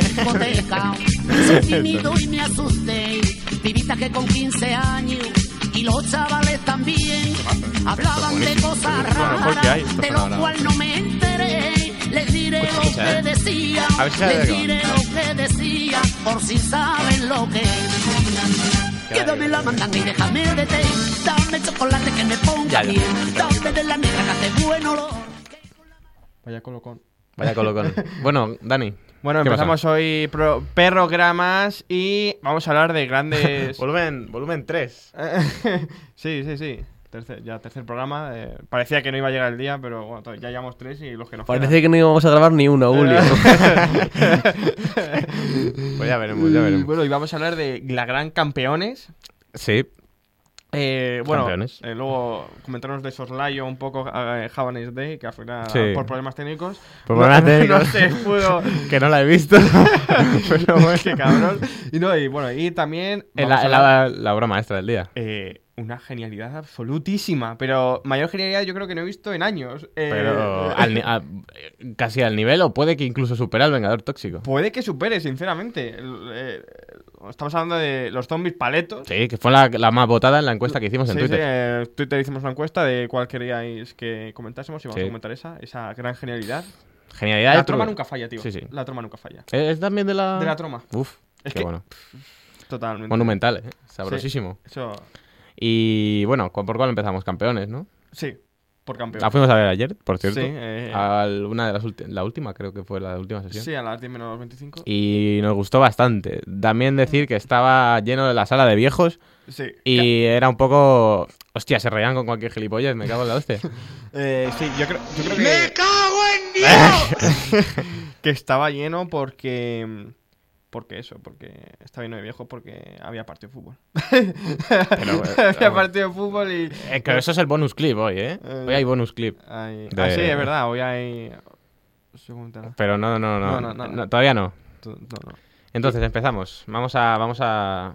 discoteca. Soy tímido y me asusté. Pibita que con 15 años y los chavales también hablaban de cosas raras, de lo cual no me enteré. Les diré lo que decía, Pues ¿eh? A ver les si sale algo. diré lo que decía, por si saben lo que es. Quédame la mandanga y déjame de té. Dame chocolate que me ponga Ya, ya. bien. Dame de la negra que hace buen olor. Vaya colocón. Vaya colocón. Bueno, Dani. Bueno, ¿qué empezamos pasa? hoy pro- perrogramas y vamos a hablar de grandes... Volumen, volumen 3. sí, sí, sí. Tercer, ya tercer programa. eh, parecía que no iba a llegar el día, pero bueno, to- ya llevamos tres y los que nos Parece que no íbamos a grabar ni uno, Julio. Eh. Pues ya veremos, ya veremos. Bueno, y vamos a hablar de la gran campeones. Sí, Eh, bueno, Campeones. eh, luego comentarnos de soslayo un poco a Javanese Day, que al final, Sí. por problemas técnicos, Por no- problemas no técnicos. se pudo... que no la he visto. Pero bueno. Qué cabrón. Y, no, y bueno, y también... Es vamos a la, es hablar- la- la obra maestra del día. Eh, una genialidad absolutísima, pero mayor genialidad yo creo que no he visto en años. Eh, Pero eh, al ni- a- eh, casi al nivel, o puede que incluso supera al Vengador Tóxico. puede que supere, sinceramente. El- eh, estamos hablando de los zombies paletos. Sí, que fue la, la más votada en la encuesta que hicimos en Sí, sí, Twitter. eh, Twitter hicimos una encuesta de cuál queríais que comentásemos y vamos Sí. a comentar esa, esa gran genialidad. Genialidad La de troma Trudeau. nunca falla, tío. Sí, sí. La troma nunca falla. Eh, Es también de la. De la troma. Uf, Es qué que- bueno. Totalmente. Monumental, eh. Sabrosísimo. Eso, Y bueno, ¿cu- ¿por cuál empezamos? Campeones, ¿no? sí, por campeón. La fuimos a ver ayer, por Ah, cierto. Ah, Sí, eh, Al- una de las ulti- la última, creo que fue la última sesión. sí, a las 10 menos 25. Y nos gustó bastante. También decir que estaba lleno de la sala de viejos Sí. y era un poco. Hostia, se reían con cualquier gilipollez, me cago en la hostia. Eh, sí, yo creo, yo creo que... que estaba lleno porque. Porque eso, porque estaba lleno de viejos porque había partido de fútbol. bueno, había eh, bueno. partido de fútbol y. Eh, que eso es el bonus clip hoy, ¿eh? Eh, Hoy hay bonus clip. Ay, De- ah, sí, es verdad, hoy hay. Según tal. Pero no, no, no. No, no, no. todavía no. Tú- No, no. Entonces, empezamos. Vamos a. Vamos a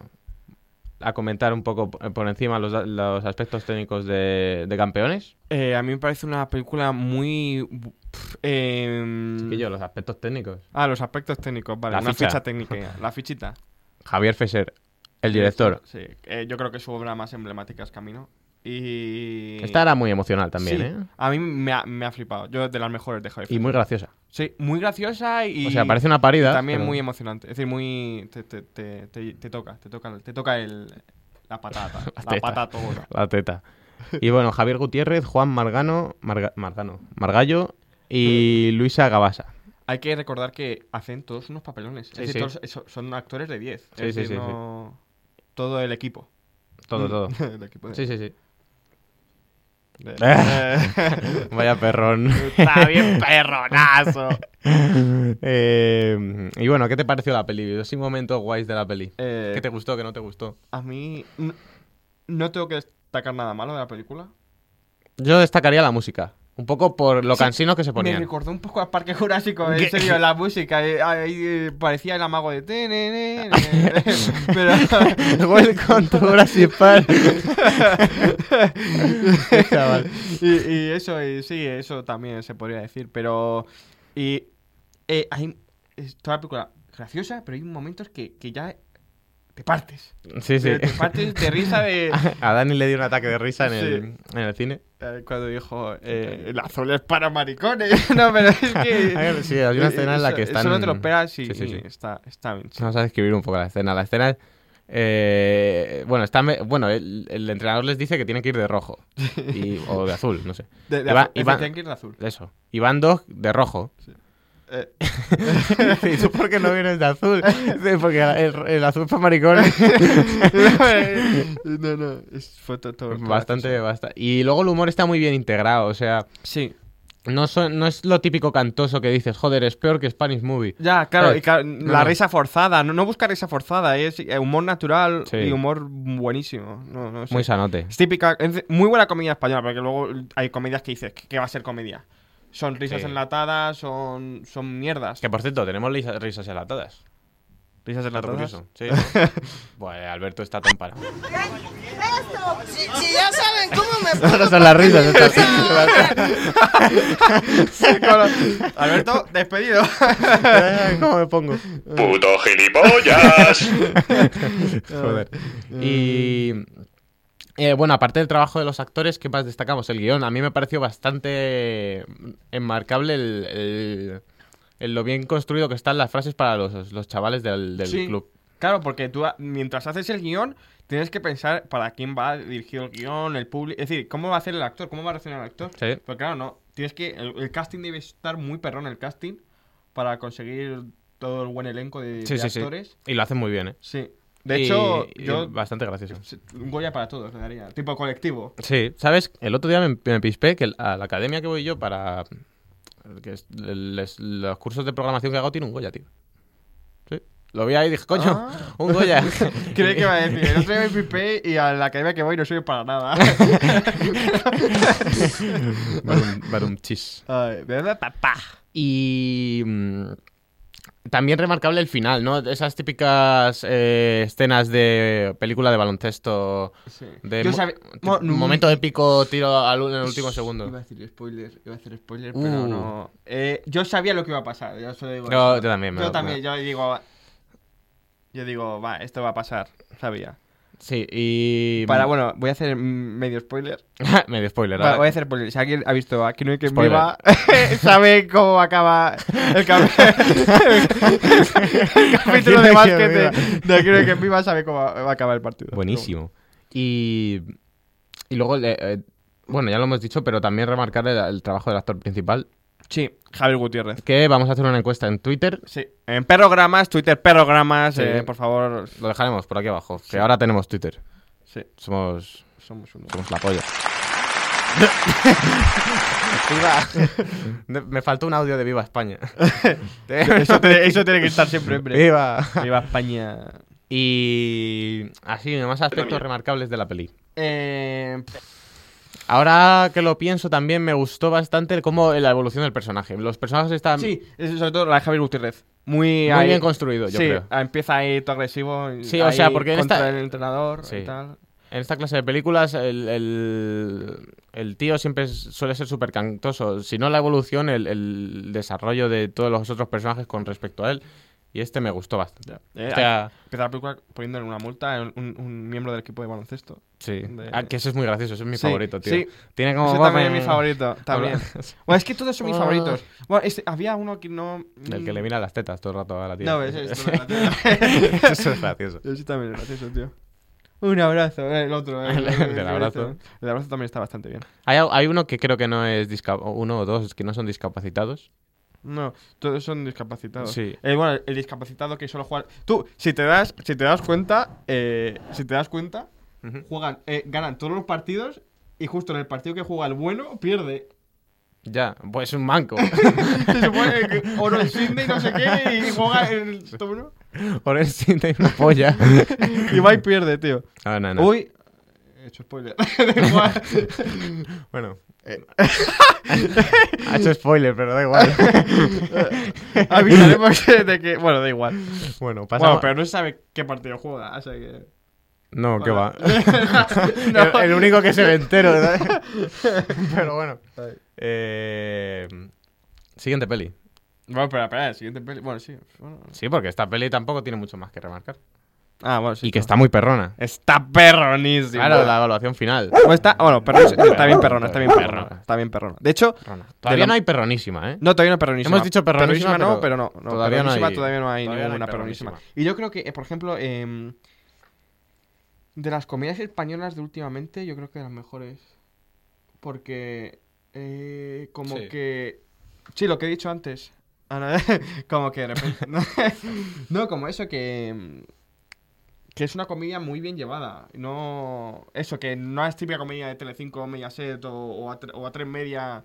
a comentar un poco por por encima los, da- los aspectos técnicos de, de campeones. Eh, a mí me parece una película muy. bu- pf, em, Y yo, los aspectos técnicos. Ah, los aspectos técnicos, vale. La una ficha. ficha técnica, la fichita. Javier Fesser, el director. Sí, eh, yo creo que su obra más emblemática es Camino. Y. Esta era muy emocional también, Sí, ¿eh? A mí me ha, me ha flipado. Yo de las mejores de Javier Y muy graciosa. Sí, muy graciosa y. O sea, parece una parida. También pero- muy emocionante. Es decir, muy. Te, te, te, te, te toca, te toca, te toca el. La patata. la teta. patata gorda. La teta. Y bueno, Javier Gutiérrez, Juan Margano, Marga- Margano, Margallo y Luisa Gabasa. Hay que recordar que hacen todos unos papelones. Es Sí, decir, sí. todos- eso- son actores de 10. Sí, es sí, decir, sí, sí. no- Todo el equipo. Todo, todo. el equipo de- Sí, sí, sí. de- Vaya perrón. Está bien, perronazo. Eh, y bueno, ¿qué te pareció la peli? Los cinco momentos guays de la peli. Eh, ¿Qué te gustó, qué no te gustó? A mí. n- No tengo que destacar nada malo de la película. Yo destacaría la música. Un poco por lo Sí, cansinos que se Me ponían. recordó un poco al Parque Jurásico, en ¿Qué? serio, la música. eh, ahí, eh, parecía el amago de... te, ne, ne, ne, Pero... Welcome to Jurassic Park. Chaval. y, y eso, y sí, eso también se podría decir, pero... Y eh, hay... Es toda la película graciosa, pero hay momentos que, que ya te partes. Eh, Sí, sí. Te, te partes de risa de... A Dani le dio un ataque de risa en el, en el cine. eh, Cuando dijo, eh, el azul es para maricones. no, pero es que... Ah, eh, Sí, hay una escena en la eso- que están... Eso no te lo esperas y, Sí, sí, y sí. Está, está bien. sí. Vamos a describir un poco la escena. La escena es... eh, bueno, está, me- bueno el, el entrenador les dice que tienen que ir de rojo. Y- o de azul, no sé. De, de Iba- azul, iba- tienen que ir de azul. Eso. Y van dos de rojo. Eh, ¿Y tú por qué no vienes de azul? Dice, Porque el, el azul para maricones. no, no, es- fue to- todo. todo bastante, gracioso. bastante. Y luego el humor está muy bien integrado. O sea, Sí. no, son- no es lo típico cantoso que dices, joder, es peor que Spanish Movie. Ya, claro, Eh, y ca- no, la no. risa forzada. No, no busca risa forzada, es eh, humor natural Sí. y humor buenísimo. No, no sé. Muy sanote. Es típica, es muy buena comedia española, porque luego hay comedias que dices, ¿qué, qué va a ser comedia? Son risas Sí. enlatadas, son, son mierdas. Que por cierto, tenemos lisa- risas enlatadas. Risas Dato enlatadas. curioso. Sí, ¿no? Bueno, Alberto está tan parado. Si, si ya saben cómo me pongo. Estas son las risas. estas. Alberto, despedido. ¿Cómo me pongo? ¡Puto gilipollas! Ah, Joder. ah. Y. eh, bueno, aparte del trabajo de los actores, ¿qué más destacamos? El guión. A mí me pareció bastante enmarcable el, el- el lo bien construido que están las frases para los, los chavales del, del Sí. club. Claro, porque tú ah, mientras haces el guión, tienes que pensar para quién va dirigido el guión, el público. Es decir, cómo va a hacer el actor, cómo va a reaccionar el actor. Sí. Pero claro, no. Tienes que. El, el casting debe estar muy perrón, el casting, para conseguir todo el buen elenco de, Sí, de sí, sí. actores. Y lo hacen muy bien, ¿eh? Sí. De Y- hecho, y yo. Bastante gracioso. Un Goya para todos, le daría. Tipo colectivo. Sí, ¿sabes? El otro día me, me pispé que el- a la academia que voy yo para. que es- les- los cursos de programación que hago tiene un Goya, tío. Sí. Lo vi ahí y dije, coño, Ah. un Goya. Creí que iba a decir. El otro día me pipé y a la academia que voy no soy para nada. Barum- barumchis. Ay, ¿Verdad, papá? Y mm, también remarcable el final, ¿no? Esas típicas eh, escenas de película de baloncesto, Sí. de Yo mo- sabe- ti- mo- mm. momento épico, tiro al en el último Iba a segundo. decir spoiler, iba a hacer spoiler, Uh. pero no. Eh, yo sabía lo que iba a pasar, yo solo digo. Yo- eso. yo también, me Yo lo- también, me- yo digo. Yo digo, va, esto va a pasar, sabía. Sí, y... Para, bueno, voy a hacer mm, medio spoiler. Medio spoiler. Va, ahora. voy a hacer spoiler. Si alguien ha visto Aquí no hay quien Spoiler. viva, sabe cómo acaba el, cap- el capítulo de Aquí no hay básquet quien de, viva. de Aquí no hay quien viva, sabe cómo va a acabar el partido. Buenísimo. Y, y luego, eh, eh, bueno, ya lo hemos dicho, pero también remarcar el, el trabajo del actor principal, Sí, Javier Gutiérrez. que vamos a hacer una encuesta en Twitter. Sí. En perrogramas, Twitter perrogramas, Sí. eh, por favor. Lo dejaremos por aquí abajo, que ahora tenemos Twitter. Sí, Somos, somos uno. somos la polla. Viva. Me faltó un audio de Viva España. Eso, te- eso tiene que estar siempre, hombre. Viva. Viva España. Y así, más aspectos remarcables de la peli. Eh, pff, Ahora que lo pienso, también me gustó bastante el- cómo eh, la evolución del personaje. Los personajes están sí, es sobre todo la de Javier Gutiérrez. Muy, muy ahí- bien construidos, yo sí, creo. empieza ahí todo agresivo. Sí, o sea, ahí porque en contra esta- el entrenador Sí. y tal. En esta clase de películas, el, el- el tío siempre es- suele ser súper cantoso. Si no la evolución, el, el desarrollo de todos los otros personajes con respecto a él. Y este me gustó bastante. Eh, O sea, Empieza la película poniéndole una multa a un, un miembro del equipo de baloncesto. sí. de- Ah, que ese es muy gracioso, ese es mi Sí, favorito, tío. sí. Tiene como. Ese también es mi favorito, también. Bueno, es que todos son mis Ah. favoritos. Bueno, este- había uno que no... mm, El que le mira las tetas todo el rato a la tía. No, ese es... Eso es gracioso. Yo sí también es gracioso, tío. Un abrazo, eh, el otro. eh, El eh, del eh, abrazo. este. El abrazo también está bastante bien. Hay, hay uno que creo que no es disca- uno o dos que no son discapacitados. No, todos son discapacitados. Sí. Eh, bueno, el discapacitado que solo juega. Tú, si te das, si te das cuenta, eh, si te das cuenta, juegan, eh, ganan todos los partidos y justo en el partido que juega el bueno pierde. Ya, pues es un manco. Se supone que oro el Sydney, no sé qué, y juega el turno Por el síndrome de una polla. y va y pierde, tío. Ah, no, no. Uy, he hecho spoiler. Da igual. Bueno. eh. ha hecho spoiler, pero da igual. Avisaremos de que, bueno, da igual. bueno, Bueno, pasamos. pero no se sabe qué partido juega, o sea que. No, que va. No. El, el único que se ve entero, ¿verdad? pero bueno. Eh, Siguiente peli. Bueno, espera, espera, el siguiente peli. Bueno, sí. bueno. Sí, porque esta peli tampoco tiene mucho más que remarcar. Ah, bueno, sí. Y que está muy perrona. Está perronísimo. Claro, la evaluación final. Bueno, está, bueno, perrón, está bien perrona, está bien perrona. Está bien perrona. De hecho, Todavía la- no hay perronísima, ¿eh? no, todavía no es perronísima. Hemos dicho perronísima, no, pero pero no. no, todavía no perronísima hay- todavía no hay todavía no hay ninguna perronísima. perronísima. Y yo creo que, eh, por ejemplo, em, de las comedias españolas de últimamente, yo creo que de las mejores. Porque, eh, como Sí. que. Sí, lo que he dicho antes. Ah, no, como que de repente. no, como eso que. em, Que es una comedia muy bien llevada. No. Eso, que no es típica comedia de Telecinco, Mediaset o, o, a, tre- o a tres media.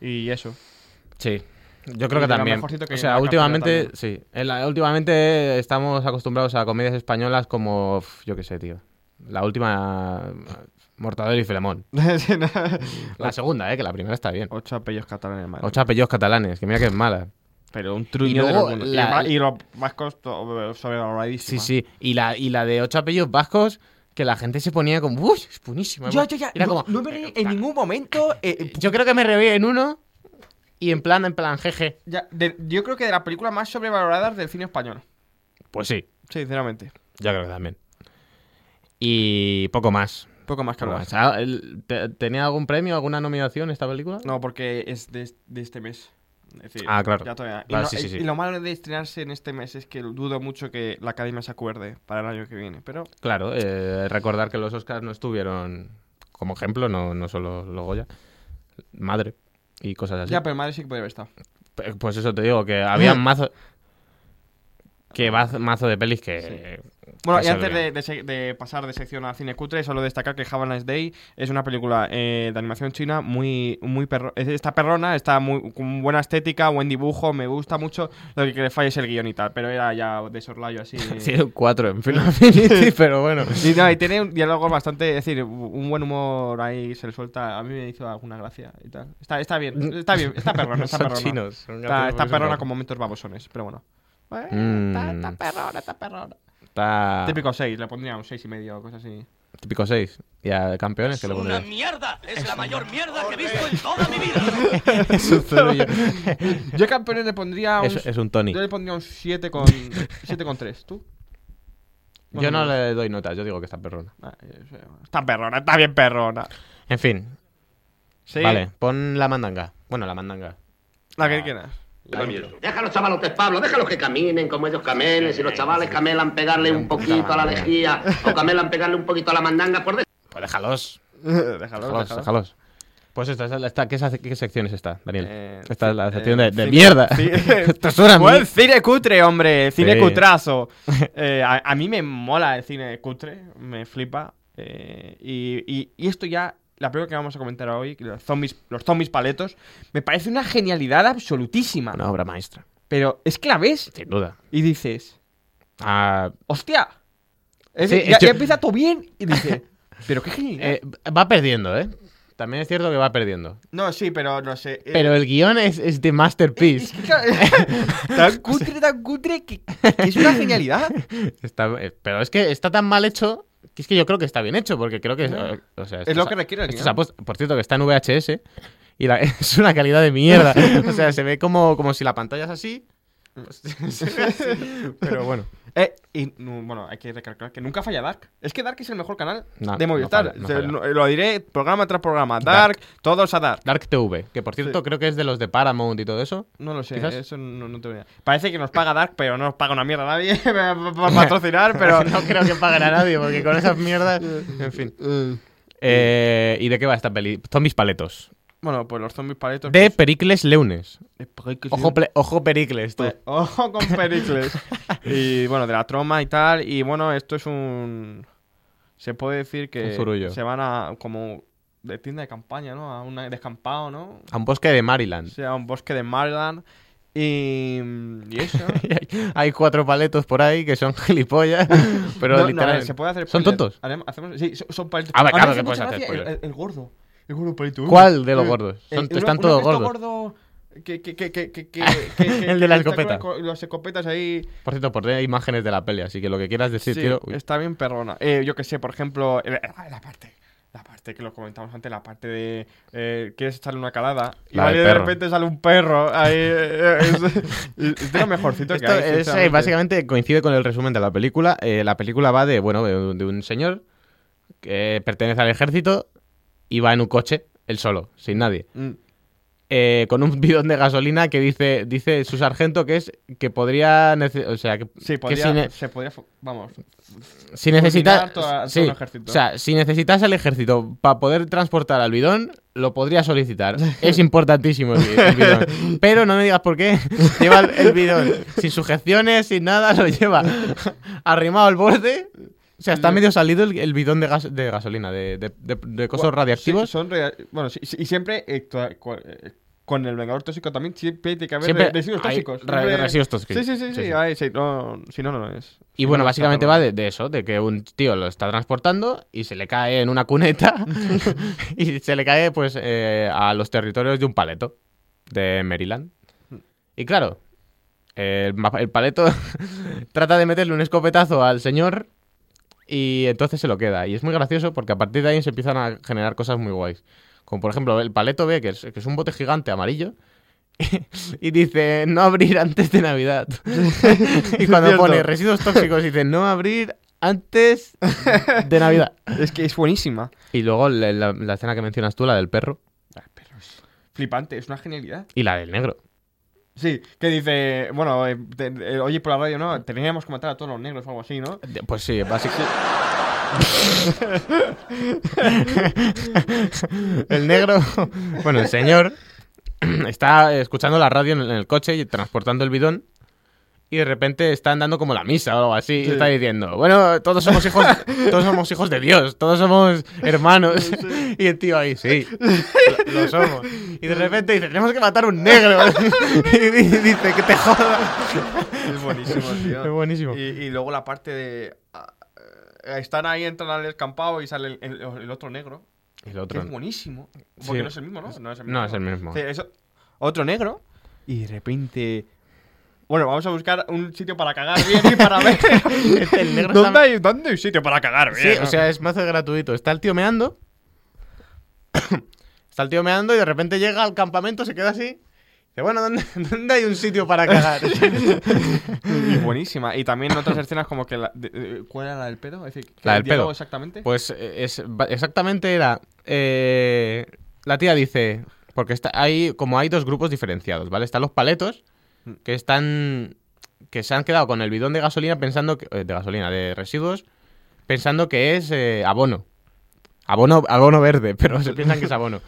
Y eso. Sí. Yo de creo lo que también. mejorcito que o hay en sea, la últimamente, cartelera sí. En la- últimamente estamos acostumbrados a comedias españolas como, uf, yo qué sé, tío. La última, Mortadelo y Filemón. Sí, no. La segunda, eh, que la primera está bien. Mm, Ocho apellidos catalanes, madre. Ocho apellidos catalanes, que mira que es mala. Pero un Y, truño de luego todo el mundo. la- Y y los vascos to- Sí, sobrevaloradísimos. sí. Y la, y la de ocho apellidos vascos, que la gente se ponía como, uy, es buenísima. Yo, yo, ya, Era no, como, no me reí en ningún momento. eh, eh, yo creo que me reí en uno y en plan, en plan, jeje. ya, de- yo creo que de las películas más sobrevaloradas del cine español. Pues sí, Sí, sinceramente. yo creo que también. Y poco más. Poco más que Poco hablar. más. Ah, el- te- ¿Tenía algún premio, alguna nominación esta película? No, porque es de, de este mes. Es decir, Ah, claro. ya todavía- Y, Vale, lo, sí, sí, sí. y lo malo de estrenarse en este mes es que dudo mucho que la academia se acuerde para el año que viene. Pero Claro, eh, recordar que los Oscars no estuvieron como ejemplo, no, no solo los Goya. Madre y cosas así. ya, pero madre sí que puede haber estado. Pe- Pues eso te digo, que había mazo. Que va- mazo de pelis que. Bueno, y Eso antes lo de, de se- de pasar de sección a cine cutre, solo destacar que Have a Nice Day es una película eh, de animación china muy, muy perro es- está perrona, está muy, con buena estética, buen dibujo, me gusta mucho. Lo que le falla es el guion y tal, pero era ya de soslayo así. Sí, un cuatro en Film Affinity, pero bueno. Y, no, y tiene un diálogo bastante, es decir, un buen humor ahí se le suelta. A mí me hizo alguna gracia y tal. Está, está bien, está bien, está perrona, está Mm. Son perrona. chinos. son Está, graciosos está porque son perrona raros. con momentos babosones, pero bueno. Eh, Mm. Está, está perrona, está perrona. Está- Típico 6, le pondría un 6 y medio o cosas así. Típico 6. Y a campeones que le una pondría. mierda. Es la mayor mierda que he visto en toda mi vida. es un zurullo. Yo a campeones le pondría un, Es- es un Tony. yo le pondría un 7 con 7 con 3, ¿tú? Yo no Bueno, le doy notas, yo digo que está perrona. ah, eh, Está perrona, está bien perrona. En fin, Sí, vale, pon la mandanga. Bueno, la mandanga. la que quieras. Deja a los chavalotes, Pablo, déjalos que caminen como ellos camelen. Si los chavales camelan pegarle un poquito a la lejía o camelan pegarle un poquito a la mandanga, por Pues déjalos. déjalo, Déjalos, déjalo. déjalos. Pues esta, esta, esta- ¿qué, se- qué sección es esta, Daniel? Eh, esta es eh, la sección de, de cine- mierda. ci- Esto suena a mí. Buen cine cutre, hombre. Cine Sí. cutrazo. Eh, a, a mí me mola el cine cutre. Me flipa. Eh, y, y- y esto ya, la película que vamos a comentar hoy, que los zombies, los zombies paletos, me parece una genialidad absolutísima. Una obra maestra, Pero es que la ves sin duda. y dices, Ah, ¡hostia! Es Sí, decir, ya, yo- ya empieza todo bien y dices, pero qué genialidad. eh, va perdiendo, ¿eh? También es cierto que va perdiendo. no, sí, pero no sé. eh, Pero el guión es, es de es masterpiece. que, claro, tan cutre, tan cutre que, que es una genialidad. Está- eh, pero es que está tan mal hecho que es que yo creo que está bien hecho, porque creo que... eh, o sea, esto lo se- que requiere el esto guión. se ha puesto- por cierto, que está en VHS y la- es una calidad de mierda. o sea, se ve como, como si la pantalla es así. pues, se ve así. Pero bueno. Eh, y no, bueno, hay que recalcar que nunca falla Dark. Es que Dark es el mejor canal No, de Ah, no Movistar. falla, no O sea, falla. no- lo diré programa tras programa. Dark, todos a Dark. Dark TV, que por cierto creo que es de los de Paramount y todo eso. No lo sé, Quizás- eso no, no tengo idea. Parece que nos paga Dark, pero no nos paga una mierda nadie por patrocinar, pero no creo que paguen a nadie, porque con esas mierdas. En fin. Eh, ¿Y de qué va esta peli? Zombies paletos. Bueno, pues los zombies paletos. De Pericles Leunes. pues- Ojo, ple- ojo Pericles, tú. Pues, ojo con Pericles. y bueno, de la troma y tal. Y bueno, esto es un. Se puede decir que. Un zurullo. Se van a. Como. De tienda de campaña, ¿no? A un descampado, ¿no? A un bosque de Maryland. sea un bosque de Maryland. Y, y eso. Hay cuatro paletos por ahí que son gilipollas, pero No, no, literal- se puede hacer Son spoiler. tontos. Haremos- hacemos- sí, son, son paletos. Ah, va, mí me claro hace que puedes mucha hacer gracia el, spoiler. el- el gordo. El gordo palito. ¿Cuál de los Eh, gordos? eh, Son- uno- están uno todos que está gordos. gordo, que- que- que- que- que- que- que- El de la que está con escopeta. co- Los escopetas ahí. Por cierto, por tener imágenes de la peli, así que lo que quieras decir, Sí, tío. Uy, está bien perrona. Eh, yo que sé, por ejemplo, eh, la, la parte. La parte que lo comentamos antes, la parte de. eh, quieres echarle una calada. Y La del ahí de perro. repente sale un perro. Ahí, eh, eh, es, es de lo mejorcito que Esto hay. es, eh, sinceramente. básicamente coincide con el resumen de la película. Eh, la película va de, bueno, de un, de un señor que pertenece al ejército y va en un coche, él solo, sin nadie. Mm. eh, con un bidón de gasolina que dice, dice su sargento que es que podría nece- o sea que, Sí, que podría, si, ne- se podría. fu- Vamos. si necesitas fulminar toda- todo sí, el ejército. o sea, si necesitas el ejército para poder transportar al bidón lo podría solicitar es importantísimo el, bi- el bidón pero no me digas por qué lleva el, el bidón sin sujeciones sin nada lo lleva arrimado al borde o sea está medio salido el, el bidón de, gas- de gasolina de, de, de- de cosas Bueno, radiactivos sí, son rea- bueno, sí, sí, y siempre eh, cua- cua- eh, con el vengador tóxico también siempre tiene que haber Siempre re- residuos hay tóxicos. re- Siempre- residuos tóxicos. Sí, sí, sí, Sí, sí, sí. ay, sí, no, si no, no lo es. Y bueno, básicamente va de, de eso, de que un tío lo está transportando y se le cae en una cuneta y se le cae pues eh, a los territorios de un paleto de Maryland. Y claro, el, ma- el paleto trata de meterle un escopetazo al señor y entonces se lo queda. Y es muy gracioso porque a partir de ahí se empiezan a generar cosas muy guays. Como por ejemplo, el paleto ve que es, que es un bote gigante amarillo y dice no abrir antes de Navidad. y cuando Cierto. pone residuos tóxicos dice no abrir antes de Navidad. Es que es buenísima. Y luego la, la- la escena que mencionas tú, la del perro Flipante, es una genialidad. y la del negro. Sí, que dice, bueno, eh, te- eh, oye por la radio, ¿no? Teníamos que matar a todos los negros o algo así, ¿no? De- Pues sí, básicamente. el negro, bueno, el señor está escuchando la radio en el, en el coche y transportando el bidón. Y de repente están dando como la misa o algo así. Y Sí. está diciendo, bueno, todos somos hijos, todos somos hijos de Dios, todos somos hermanos. Y el tío ahí, sí, lo, lo somos. Y de repente dice, tenemos que matar a un negro. y di- dice, que te jodas. Es buenísimo, tío. Es buenísimo. Y, y luego la parte de... ah, eh, Están ahí, entran al escampado y sale el, el- el otro negro. El Que otro. es buenísimo. Porque Sí. no es el mismo, ¿no? No es el No, es el mismo. Sí, eso- otro negro. Y de repente... Bueno, vamos a buscar un sitio para cagar bien y para ver... El negro ¿Dónde está- hay, ¿Dónde hay sitio para cagar Sí, bien? o sea, es mazo gratuito. Está el tío meando. Está el tío meando y de repente llega al campamento, se queda así. Dice, bueno, ¿dónde, dónde hay un sitio para cagar? Y buenísima. Y también otras escenas como que... La, de- de- ¿Cuál era la del pedo? Es decir, ¿qué La del diálogo pedo. Exactamente. pues eh, es, ba- exactamente era... eh, la tía dice... Porque está, hay, como hay dos grupos diferenciados, ¿vale? Están los paletos, que están... Que se han quedado con el bidón de gasolina pensando que... eh, De gasolina, de residuos, pensando que es eh, abono. Abono, abono verde, pero se piensan que es abono.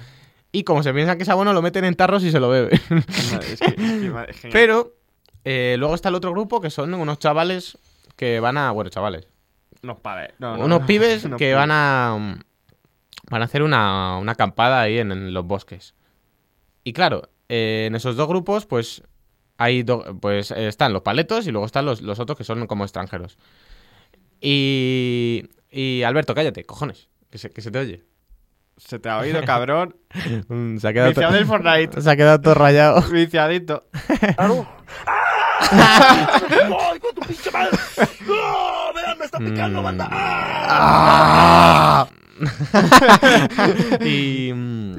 Y como se piensan que es abono, lo meten en tarros y se lo beben. Madre, es que- es que, madre, es genial. Pero eh, luego está el otro grupo que son unos chavales que van a. Bueno, chavales. Unos padres. No, no, unos no. pibes Unos que van a. mm, Van a hacer una, una acampada ahí en, en los bosques. Y claro, eh, en esos dos grupos, pues. Hay do- pues eh, están los paletos y luego están los, los otros que son como extranjeros. Y. Y Alberto, cállate, cojones. Que se, que se te oye. Se te ha oído, cabrón. Mm, Se ha quedado, Viciado del to- Fortnite. se ha quedado todo rayado. Viciadito. ¡Ay, con tu pinche madre! ¡No! ¡Me, me está picando, Mm. banda! Ah. y. mm,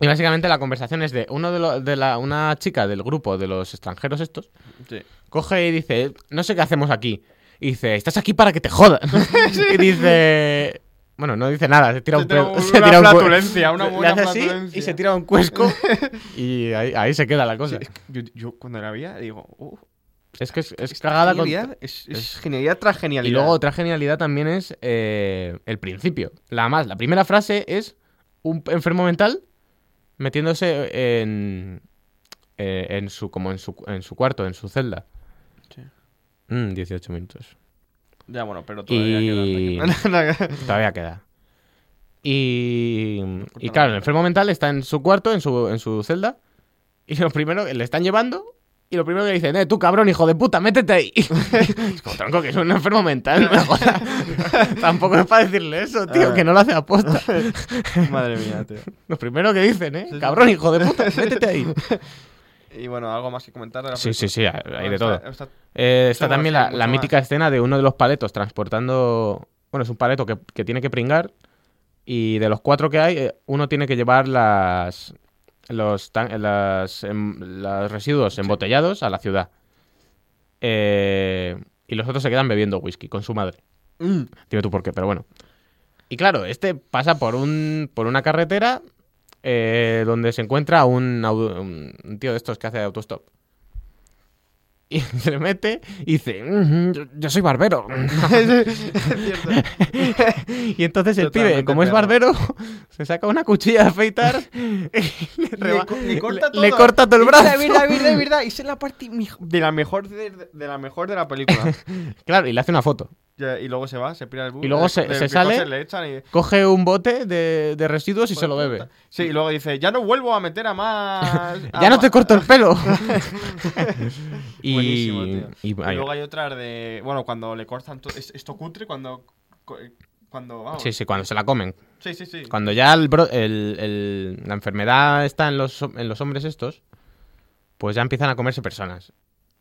Y básicamente la conversación es de uno de, lo- de la, una chica del grupo de los extranjeros estos Sí. coge y dice no sé qué hacemos aquí y dice estás aquí para que te jodan y dice bueno no dice nada se tira Se un tira cue- un- se una tira un cue- flatulencia, una le buena hace así flatulencia. y se tira un cuesco y ahí, ahí se queda la cosa Sí, es que yo, yo cuando la veía digo, uff, es que es, es cagada con- es, es- es genialidad tras y genialidad. luego otra genialidad también es eh, el principio la más la primera frase es un enfermo mental metiéndose en eh, en su como en su en su cuarto en su celda Sí. Mm, 18 minutos Ya, bueno, pero todavía y queda. todavía queda y, y la claro el mitad. enfermo mental está en su cuarto en su en su celda y lo primero le están llevando y lo primero que le dicen, eh, tú cabrón, hijo de puta, métete ahí. es como tronco que es un enfermo mental, no me jodas. Tampoco es para decirle eso, tío, Ah. que no lo hace aposta. Madre mía, tío. Lo primero que dicen, eh, Sí, sí. cabrón, hijo de puta, métete ahí. Y bueno, algo más que comentar de la Sí, sí, película. sí, hay Ah, de está- todo. está- Eh, está Mucho más, sí, también la, mucho la más. mítica escena de uno de los paletos transportando. Bueno, es un paleto que, que tiene que pringar. Y de los cuatro que hay, eh, uno tiene que llevar las. Los, tan- las, em, los residuos embotellados a la ciudad. Eh, y los otros se quedan bebiendo whisky con su madre. Mm, Dime tú por qué, pero bueno. Y claro, este pasa por un por una carretera eh, donde se encuentra un, au- un tío de estos que hace autostop. Y se le mete y dice, "Mm, yo, yo soy barbero. es cierto. y entonces el Totalmente pibe, como es perro. barbero, se saca una cuchilla de afeitar y le, Le, reba- co- le corta todo. le corta todo el brazo. Es verdad, es verdad, es verdad. Y esa es la parte mij- de la mejor de, de la mejor de la película. Claro, y le hace una foto. Ya, y luego se va, se pira el bus. Y luego eh, se- le- se el sale. picote le echan y... Coge un bote de, de residuos y se lo bebe. Sí, y luego dice, ya no vuelvo a meter a más... Ah, a Ya no ma- te corto el pelo. y, Buenísimo, tío. y- Y luego hay otras de... Bueno, cuando le cortan todo... es- Esto cutre cuando... co- eh, Cuando... Vamos. Sí, sí, cuando se la comen. sí, sí. sí. Cuando ya el bro- el- el- la enfermedad está en los, hom- en los hombres estos, pues ya empiezan a comerse personas.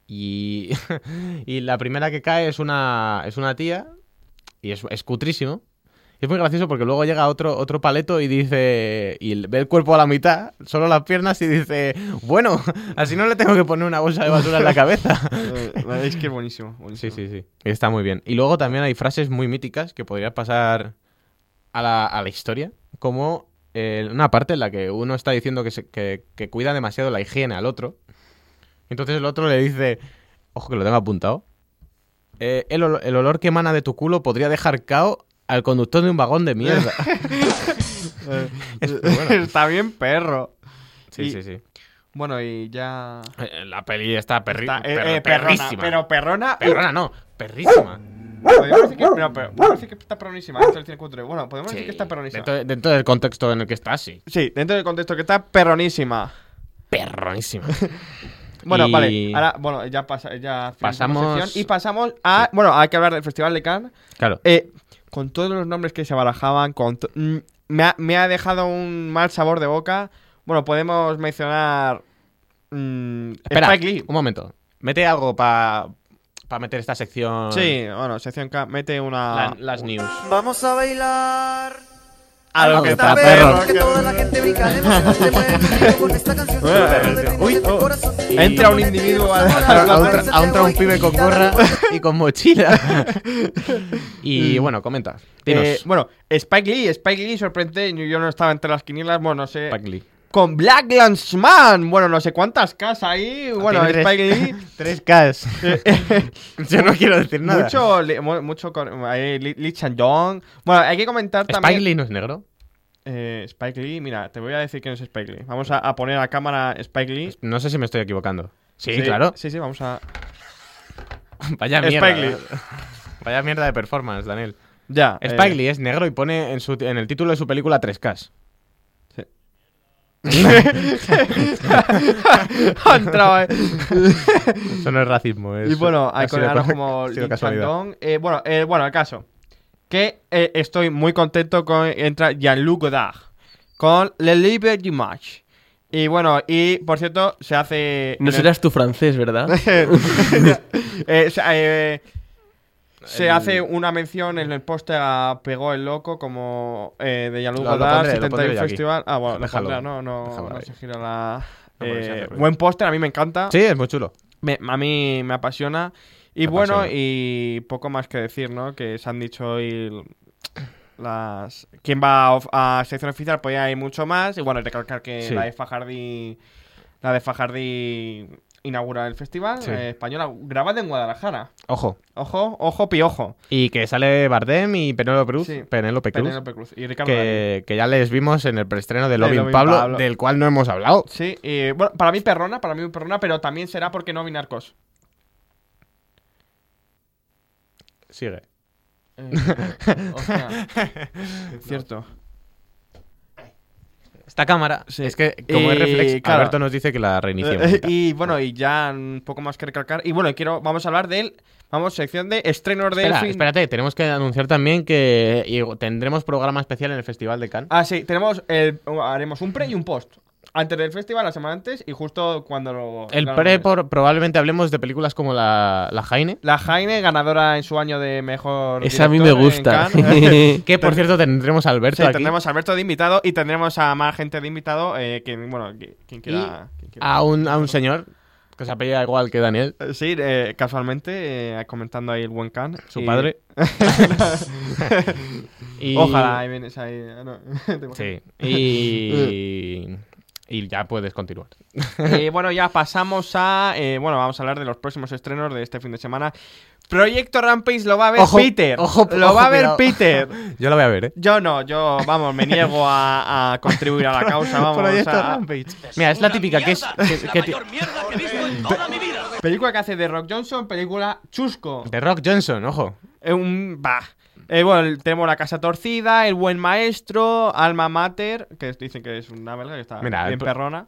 Y, y la primera que cae es una, es una tía y es, es cutrísimo. Y es muy gracioso porque luego llega otro, otro paleto y dice. Y ve el cuerpo a la mitad, solo las piernas, y dice: Bueno, así no le tengo que poner una bolsa de basura en la cabeza. Eh, es que es buenísimo. Sí, buenísimo. sí, sí. Está muy bien. Y luego también hay frases muy míticas que podrían pasar a la, a la historia, como eh, una parte en la que uno está diciendo que, se- que- que cuida demasiado la higiene al otro. Entonces el otro le dice, ojo que lo tengo apuntado, "Eh, el, olo- el olor que emana de tu culo podría dejar cao al conductor de un vagón de mierda. Eh, Es muy bueno. Está bien, perro. sí, Y- sí, sí. Bueno, y ya. Eh, La peli está, perri- Está, eh, per- eh, perrona. perrísima. Pero perrona. Perrona no, perrísima. Podemos decir que, pero, pero- podemos decir que está perronísima dentro del cine cutre. Bueno, podemos Sí. decir que está perronísima. Dentro, dentro del contexto en el que está, sí. Sí, dentro del contexto que está perronísima. Perronísima. Bueno, Y- vale. Ahora, bueno, ya, pasa, ya finalizamos Pasamos- la sección Y pasamos a. Bueno, hay que hablar del Festival de Cannes. Claro. Eh, con todos los nombres que se barajaban, con to- mm, me, ha, me ha dejado un mal sabor de boca. Bueno, podemos mencionar. mm, Espera, Spike Lee. un momento. Mete algo para meter esta sección. Sí, ah. bueno, sección K, mete una. eh. la- las news. Vamos a bailar. a lo que Está está perro, perro. que toda la gente brinca de emoción, se mueve conmigo con esta canción. Bueno, Uy, oh. Entra un individuo a- A, un tra- a un tra- un pibe con gorra y con mochila. y bueno, comenta. Dinos. Mm. Eh, bueno, Spike Lee, Spike Lee sorprende. yo- Yo no estaba entre las quinielas, bueno, no sé. Spike Lee. Con Black Landsman, bueno, no sé cuántas casas ahí. Bueno, Tiene Spike tres- Lee. Tres Ks. Yo no quiero decir nada. Mucho, li- mu- mucho con, eh, Lee, Lee Chan-yong. Bueno, hay que comentar Spike también. Lee no es negro. Eh, Spike Lee, mira, te voy a decir quién es Spike Lee. Vamos a, a poner a cámara Spike Lee. No sé si me estoy equivocando. Sí, claro. Sí, sí, vamos a. Vaya Spike mierda. Lee. Vaya mierda de performance, Daniel. Ya. eh, Spike Lee es negro y pone en, su, en el título de su película 3Ks. ha entrado, eh. Eso no es racismo. Es, Y bueno, hay ha sido coreanos co- como ha sido Lee casualidad. Chandon. Eh, bueno, eh, bueno, el caso. Que eh, estoy muy contento con. Entra Jean-Luc Godard. Con Le Libre du Match. Y bueno, y por cierto, se hace. No en el- serás tu francés, ¿verdad? Eh, o sea, eh, se El- hace una mención en el póster a Pegó el Loco como eh, de Yalu Lo- lo Godard, pondré, lo 71 pondré yo aquí. Festival. Ah, bueno, lo Déjalo, pondrá, no, no, déjalo no ahí. se gira la... No, porque se hace eh, ruido. buen póster, a mí me encanta. Sí, es muy chulo. Me- a mí me apasiona. Y Me bueno, apasiona. y poco más que decir, ¿no? Que se han dicho hoy las... ¿Quién va a, of- a sección oficial? Pues ya hay mucho más. Y bueno, recalcar que Sí. la de Fajardi... La de Fajardi inaugura el festival Sí. eh, española grabada en Guadalajara. Ojo. Ojo, ojo, piojo. Y que sale Bardem y Penélope Cruz. Sí. Penélope Cruz. Penélope Cruz y Ricardo Darín. que, que ya les vimos en el preestreno de De Loving Loving Pablo, Pablo. del cual no hemos hablado. Sí, y, bueno, para mí perrona, para mí perrona, pero también será porque no vi narcos. Sigue. Eh, hostia. Cierto. Esta cámara. Es que, como es Y, reflex, claro. Alberto nos dice que la reiniciemos. Eh, y bueno, y ya un poco más que recalcar. Y bueno, quiero, vamos a hablar del. Vamos, sección de estrenos del Espera, fin. espérate, tenemos que anunciar también que y- tendremos programa especial en el Festival de Cannes. Ah, sí, tenemos el, oh, haremos un pre y un post. Antes del festival, la semana antes, y justo cuando lo. el lo- pre por- probablemente hablemos de películas como La, la Jaine, La Jaime, ganadora en su año de mejor. Esa a mí me director en gusta. Cannes. ¿eh? que por cierto tendremos a Alberto Sí, aquí, tendremos a Alberto de invitado y tendremos a más gente de invitado. Eh, que, bueno, que- quien quiera. quien quiera. a un, a un señor que se apellida igual que Daniel. Eh, Sí, eh, casualmente, eh, comentando ahí el buen Khan. Su y- padre. Y- Ojalá, ahí vienes ahí. ah, no, te imaginas. Sí. Y, y ya puedes continuar. Eh, bueno, ya pasamos a. eh, bueno, vamos a hablar de los próximos estrenos de este fin de semana. Proyecto Rampage lo va a ver Ojo, Peter. ojo, lo ojo, va a ver cuidado. Peter. Yo la voy a ver, ¿eh? Yo no, yo, vamos, me niego a, a contribuir a la causa. Vamos, Proyecto a- Mira, es la típica que es. Es que- la que ti- mayor mierda que he visto en toda mi vida. Película que hace de Rock Johnson, película chusco. de Rock Johnson, ojo. Eh, un. Bah. Eh, bueno, el- tenemos La Casa Torcida, El Buen Maestro, Alma Mater, que es- dicen que es una belga que está Mira, el bien pro- perrona.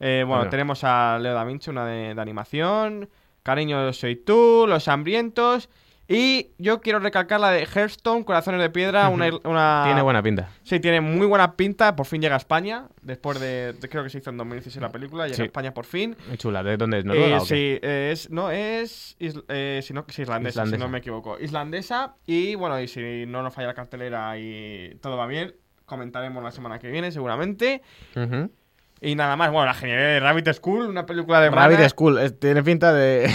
Eh, bueno, Bueno. tenemos a Leo da Vinci, una de, de animación. Cariño, soy tú, Los Hambrientos. Y yo quiero recalcar la de Hearthstone, Corazones de Piedra, una... una- Tiene buena pinta. Sí, tiene muy buena pinta, por fin llega a España, después de, de- creo que se hizo en 2016 la película, llega Sí. a España por fin. Muy chula. ¿De dónde es? Eh, ¿Noruega o qué? sí, eh, es, no, es, is- eh, si no- sí, islandesa, si Islandesa. no me equivoco. Islandesa y bueno, y si no nos falla la cartelera y todo va bien, comentaremos la semana que viene seguramente. Ujú. Y nada más, bueno, la genialidad de Rabbit School, una película de Rabbit Brana, School. eh, Tiene pinta de...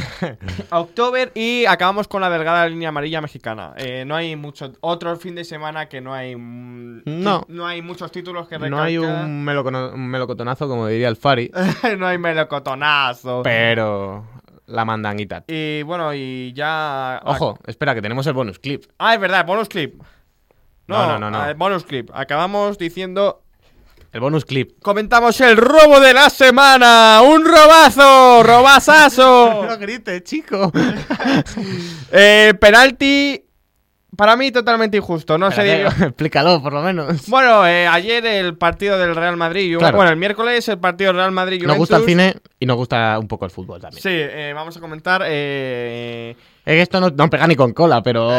a October y acabamos con la delgada línea amarilla mexicana. Eh, no hay mucho, otro fin de semana que no hay... mm, No. No hay muchos títulos que recalcar. no hay un, melocono- un melocotonazo, como diría el Fari, no hay melocotonazo. pero la mandanguita. Y bueno, y ya. Ojo, espera, que tenemos el bonus clip. Ah, es verdad, bonus clip. No, No, no, no, no. eh, bonus clip. Acabamos diciendo. El bonus clip. Comentamos el robo de la semana. ¡Un robazo! ¡Robasazo! grites, chico. eh, penalti. Para mí, totalmente injusto. No sé. Explícalo, por lo menos. Bueno, eh, ayer el partido del Real Madrid. y- Claro. Bueno, el miércoles el partido del Real Madrid. Nos gusta el Juventus. cine y nos gusta un poco el fútbol también. Sí, eh, vamos a comentar. eh, Es que esto no, no pega ni con cola, pero.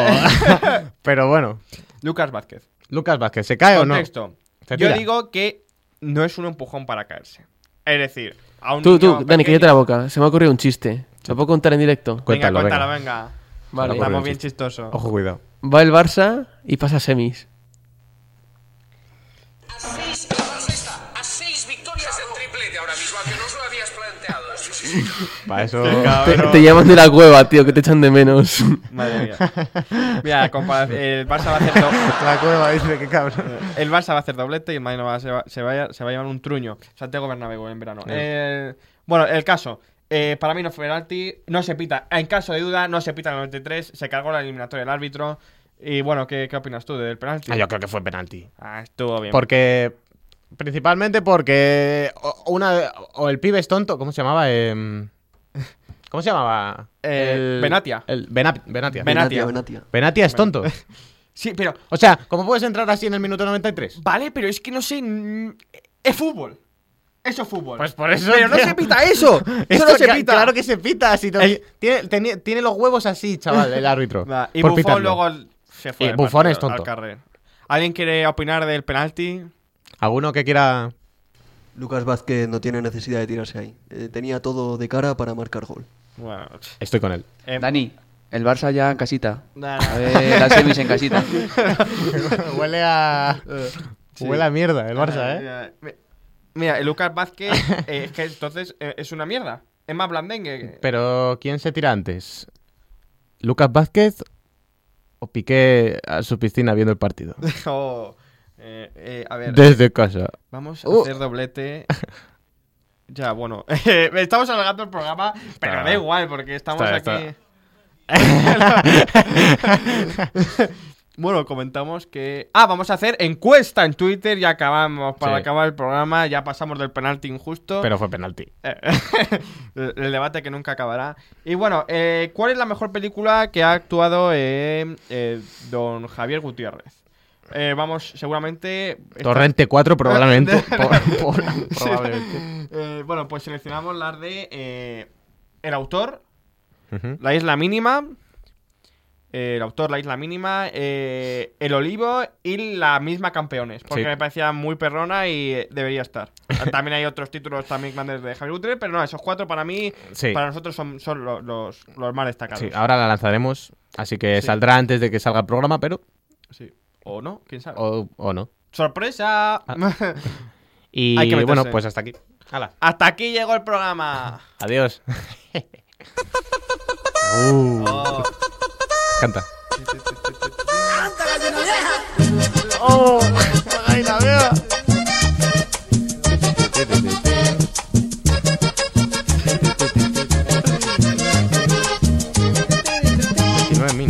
pero bueno. Lucas Vázquez. Lucas Vázquez, ¿se cae ¿Eh o Contexto. Se Yo tira. digo que no es un empujón para caerse. Es decir, a un Tú, niño tú, Dani, pequeño- cállate la boca. Se me ha ocurrido un chiste. ¿Lo puedo contar en directo? Cu- Cuéntalo, venga, cuéntalo, venga. venga. Vale. Estamos bien chistoso. no? Ojo, cuidado. Va el Barça y pasa a semis. A seis victorias el triplete ahora mismo, a que no os lo habías planteado. Para eso. Te, te llaman de la cueva, tío, que te echan de menos. Madre mía. Mira, compa- el Barça va a hacer do- la cueva dice que cabrón. el Barça va a hacer doblete y el Madrid no va a- se, va, se va a, se va a llevar un truño. Santiago Bernabéu en verano. Eh, bueno, el caso. Eh, para mí no fue penalti, no se pita. En caso de duda, no se pita el 93, se cargó la eliminatoria del árbitro. Y bueno, ¿qué, qué opinas tú del penalti? Ah, yo creo que fue penalti. Ah, estuvo bien. Porque. Principalmente porque. o- Una, o el pibe es tonto. ¿Cómo se llamaba? Em, ¿Cómo se llamaba? Eh, Benatia. El Bena- Benatia. Bena- Benatia. Benatia. Benatia es tonto. Sí, pero O sea, ¿cómo puedes entrar así en el minuto 93? Vale, pero es que no sé. mm, Es fútbol. Eso es fútbol. Pues por eso. pero no tío. se pita eso. Eso Esto no se ca- pita. Claro que se pita. si no- El- tiene, teni- tiene los huevos así, chaval, el árbitro. Va, y por Buffon pitarlo. luego se fue. Y del Buffon partido, es al tonto. carrer. ¿Alguien quiere opinar del penalti? ¿Alguno que quiera.? Lucas Vázquez no tiene necesidad de tirarse ahí. Eh, tenía todo de cara para marcar gol. Bueno, Estoy con él. eh, Dani, el Barça ya en casita. nah, A ver, las semis en casita. Huele a. Huele a mierda el Barça, ¿eh? Mira, mira, Mira, el Lucas Vázquez eh, es que entonces eh, es una mierda. Es más blandengue. Pero, ¿quién se tira antes? ¿Lucas Vázquez o Piqué a su piscina viendo el partido? Oh, eh, eh, a ver, Desde casa. vamos a Uh. hacer doblete. Ya, bueno. eh, estamos alargando el programa, pero Está- da igual, porque estamos Ah. está- aquí. está- Bueno, comentamos que. Ah, vamos a hacer encuesta en Twitter. Ya acabamos. Para Sí. acabar el programa, ya pasamos del penalti injusto. Pero fue penalti. Eh, el el debate que nunca acabará. Y bueno, eh, ¿cuál es la mejor película que ha actuado eh, eh, don Javier Gutiérrez? Eh, vamos, seguramente. esta- Torrente 4 probablemente. Por- por- Sí. probablemente. Eh, bueno, pues seleccionamos las de. eh, el autor, Ujú. La Isla Mínima. eh, el autor, La Isla Mínima. eh, el Olivo y la misma Campeones. Porque Sí. me parecía muy perrona y eh, debería estar. También hay otros títulos también grandes de Javier Gutiérrez, pero no, esos cuatro para mí, Sí. para nosotros son, son lo- los, los más destacados. Sí, ah. ahora la lanzaremos. Así que Sí. saldrá antes de que salga el programa, pero. Sí. O no, quién sabe. O, Ah. o no. ¡Sorpresa! Y Hay que meterse. bueno, pues hasta aquí. Hala. Hasta aquí llegó el programa. Adiós. Uh, Oh. Canta. ¡Oh! ¡Ay,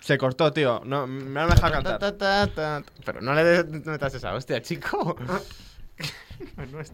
Se cortó, tío. No, me han dejado cantar. Pero no le des- metas esa hostia, chico. No es nuestra.